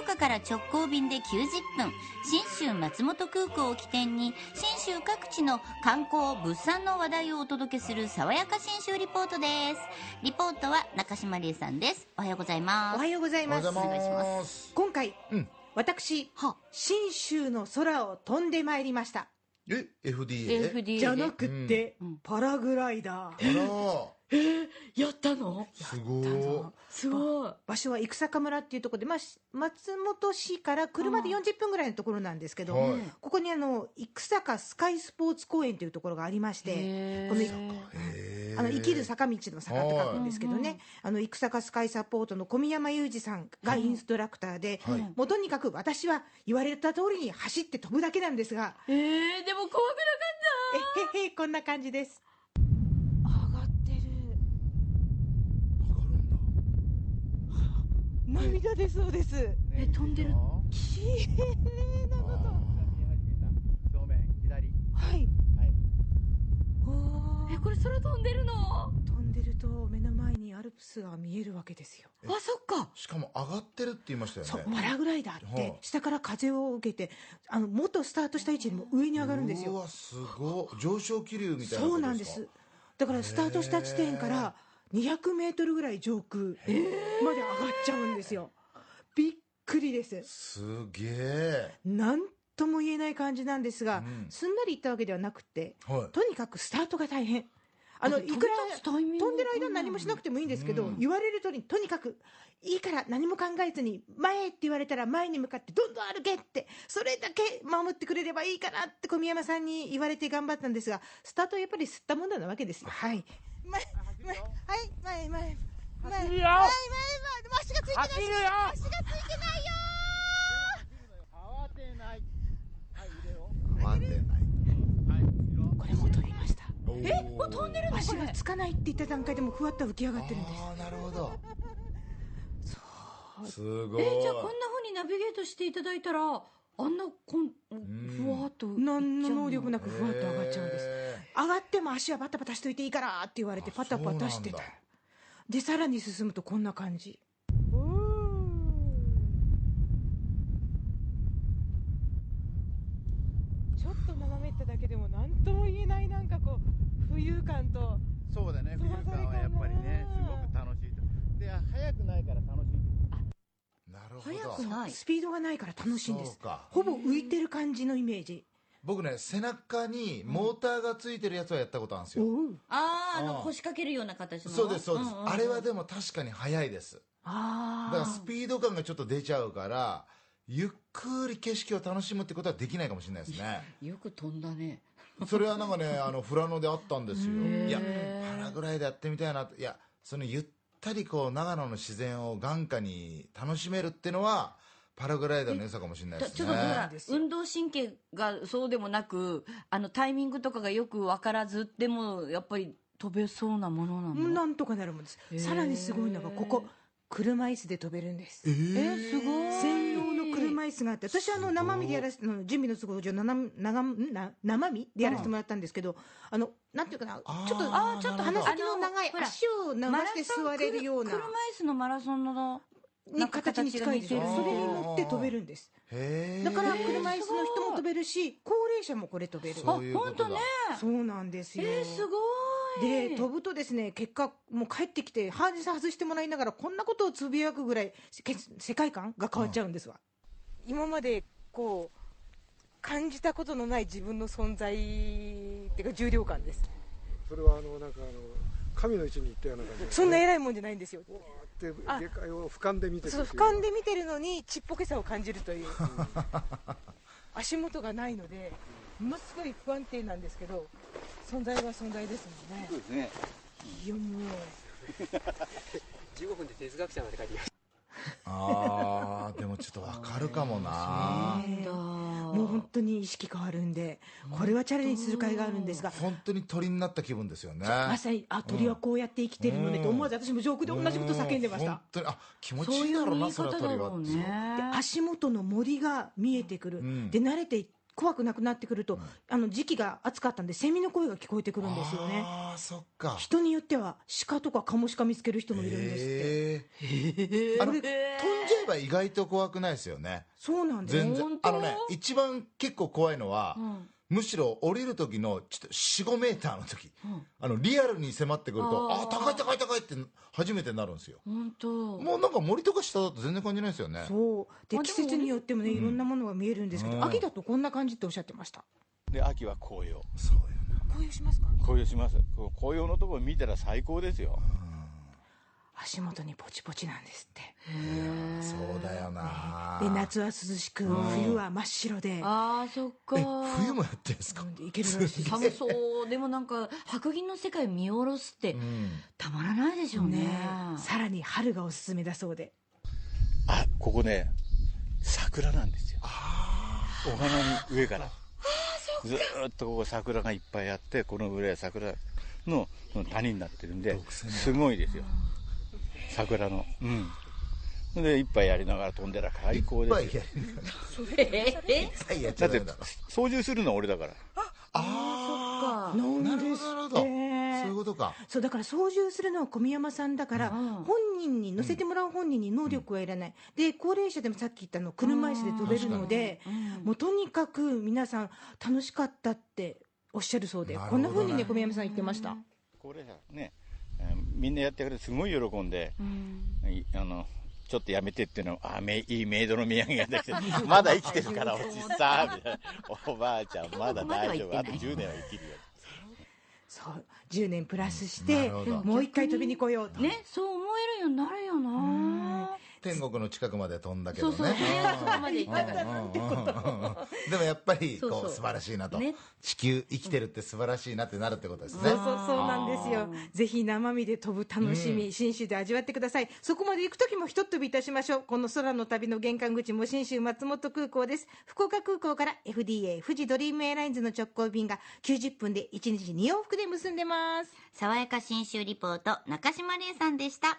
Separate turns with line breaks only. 岡から直行便で90分信州松本空港を起点に信州各地の観光物産の話題をお届けする爽やか信州リポートですリポートは中島理恵さんですおはようございます
おはようございま
お
す
はようございます
す
今回、
うん
私
は
信州の空を飛んでまいりました
え FDA?
FDA
じゃなくて、
うん
パラグライダー
あ
やったの
らすごい
すごい。
場所は生坂村っていうところで、まあ、し松本市から車で
あ
40分ぐらいのところなんですけど、
はい
ここにあの生坂スカイスポーツ公園というところがありまして、
へー
この
へー
あの生きる坂道の坂って書くんですけど
はい
ね、あの生坂スカイサポートの小宮山裕二さんがインストラクターで、
はい
うん
もうとにかく私は言われた通りに走って飛ぶだけなんですが、
えー、でも怖く
えへへ、こんな感じです。
なかった。上がってる。
涙出そうです。
え飛んでる
綺麗なこと。
正面左
はい。
はい
お
え、
ー
これ空飛んでるのあ、
飛んでると目の前にアルプスが見えるわけですよ。
え
そっか。
しかも上がってるって言いましたよね
そう、パラグライダーっ
はあ
て下から風を受けて、あの、もっとスタートした位置よりも上に上がるんです
う
よ。
わすごい上昇気流みたいなこと
そうなんで
か
す。だからスタートした地点から200メートルぐらい上空まで上がっちゃうんですよ。びっくりです。
すげえ
なんとも言えない感じなんですが、
うん
すんなり行ったわけではなくて、
はい
とにかくスタートが大変。あの、いくら、
飛ん
飛んでる間何もしなくてもいいんですけど、
うん
言われる通りに、とにかく、いいから何も考えずに、前って言われたら前に向かってどんどん歩けって、それだけ守ってくれればいいかなって小宮山さんに言われて頑張ったんですが、スタートはやっぱり吸ったもんだなわけですよ。はい。前、前、はい、前、前、前、前、前、前、前、足がついてない
走る
足がついて
よ
ないよ
慌てないはい腕を
待てない
はい後ろ
これもう飛びました。
えもう飛んでる
これ
足がつかないって言った段階でもうふわっと浮き上がってるんです。
ああなるほどすごい
えーじゃあこんな風にナビゲートしていただいたら、あんなこん、ふわっと。
何の能力
な
なくふわっと上がっちゃうんです。
へ
上がっても足はバタバタしといていいからって言われて
あ
パタパタしてた
そうなんだ
でさらに進むとこんな感じちょっと眺めただけでも何とも言えないなんかこう浮遊感と
そうだね冬感はやっぱりねすごく楽しいとで早くないから楽しいって
ーなるほ
早
ど
くない
スピードがないから楽しいんで
そ
す
うか
ほぼ浮いてる感じのイメージ
僕ね背中にモーターがついてるやつはやったことあるんです
お
よ
う
あああの
あー
腰掛けるような形の
そうですそうです、
んんん
あれはでも確かに速いですだ
あ
からスピード感がちょっと出ちゃうからゆっくり景色を楽しむってことはできないかもしれないですね
よく飛んだね。
それはなんかねあの富良野であったんですよいや
へー
パラグライダーやってみたいなといやそのゆったりこう長野の自然を眼下に楽しめるってのはパラグライダーの良さかもしれない
ちょ
で
ち
す
ょっとほ
ね
ら、運動神経がそうでもなく、あの、タイミングとかがよくわからず、でも、やっぱり飛べそうなものなの。
なんとかなるもんです
へー
さらにすごいのがここ車椅子で飛べるんです
えー
えーすごい。
専用の車椅子があって、私はあ
すご
の
い
生身でやらせて、準備の都合上、なな長んな生身でやらせてもらったんですけど、あの、なんていうかな、
あー
ちょっと、
あー
ちょっと
なる
鼻
ほど
先の長い
あのほら
足を流
マラ
して
ソン
座れるような、
車椅子のマラソンのな
ね
んか
形に近いでしょ。
形が似
そ
て
れ
る
に乗って飛べるんです。
へー
だから、
へー
車椅子の人も飛べるし、高齢者もこれ飛べる。
そういうことだ
あほんとね
そうなんですよ。
えー、すごい
で飛ぶとですね結果、もう帰ってきて、ハーネス外してもらいながら、こんなことをつぶやくぐらい、け世界観が変わっちゃうんですわ。今までこう感じたことのない自分の存在っていうか重量感です
それはあのなんかあの神の位置に行ったような感じ
そんな偉いもんじゃないんですよ
で
あ
でかいを俯瞰で見てるって
そう
いう
俯瞰で見てるのにちっぽけさを感じるという 足元がないのでものすごい不安定なんですけど存在は存在ですもんね
そうですね
いやもう
15分で哲学者まで書いてきまし
あーでもちょっとわかるかもな
だ
もう本当に意識変わるんで、これはチャレンジする甲斐があるんですが、
本当に鳥になった気分ですよね
まさに、あ、鳥はこうやって生きてるのねと思わず私も上空で同じこと叫んでまし
う本
た。
当にあ気持ち
そう
い
い
いだ
う
ろう
言
ないそれ
方
は
だ
鳥は
ろう
って
ね
で足元の森が見えてくる。
ん
で、慣れて怖くなくなってくると、
うん
あの時期が暑かったんでセミの声が聞こえてくるんですよね
ああそっか
人によっては鹿とかカモシカ見つける人もいるんですって、
ええ
へ
あの飛んじゃ
え
えば意外と怖くないですよね
そうなんです
全然
本当
あのね一番結構怖いのは、
うん
むしろ降りる時のちょっと45メーターの時
うん
あのリアルに迫ってくるとあ
あー
あ高い高い高いって初めてなるんですよ
本当
もうなんか森とか下だと全然感じないですよね
そうで
あでも
季節によってもね
うん
いろんなものが見えるんですけど、
うん
秋だとこんな感じっておっしゃってました
で秋は紅葉
そうよ
紅葉しますか
紅葉しますこう紅葉のところ見たら最高ですよ
足元にポチポチなんですって
なそうだよな
で夏は涼しく
うん
冬は真っ白で
あーそっか
え冬もやってるんですか、
いけるらしいです
寒そうでもなんか白銀の世界見下ろすって
うん
たまらないでしょうね
ねさらに春がおすすめだそうで
あここね桜なんですよお花の上からずーっとここ桜がいっぱいあってこの上は桜のその谷になってるんで
独占だ
すごいですよ桜のうんで一杯やりながら飛んでら最高
いっ
で
ぱ
す
い
よ
や
ええ
りやっち
だ
ゃ
っ
ダメ
て
だ
操縦するのは俺だから
あ
か
な
なるほどなるほどそういうことか
そうだから操縦するのは小宮山さんだから、
うん
本人に乗せてもらう本人に能力はいらない、で高齢者でもさっき言ったの車椅子で飛べるので、もうとにかく皆さん楽しかったっておっしゃるそうで、
なるほ
こん
どね
な風にね小宮山さん言ってました、
高齢者ね、えーみんなやってくれてすごい喜んで、いあのちょっとやめてっていうのはあめいいメイドの土産ができて まだ生きてる からおじさんみたいなおばあちゃんまだ大丈夫あと10年は生きるよ
そう10年プラスして、
なるほど
もう一回飛びに来ようと、
ねそう思えるようになるよな
天国の近くまで飛んだけど
そう
ね
そうとりあえずそこまで行
う
っ
んう
た
ん
から
うんうんでもやっぱり
そうそう
こう素晴らしいなと
ね
地球生きてるって素晴らしいなってなるってことです
そ
ね
うそうそうなんですよぜひ生身で飛ぶ楽しみ、信州で味わってくださいそこまで行く時もひとっ飛びいたしましょうこの空の旅の玄関口も信州松本空港です福岡空港から FDA 富士ドリームエアラインズの直行便が90分で1日2往復で結んでます
爽やか新州リポート中島玲さんでした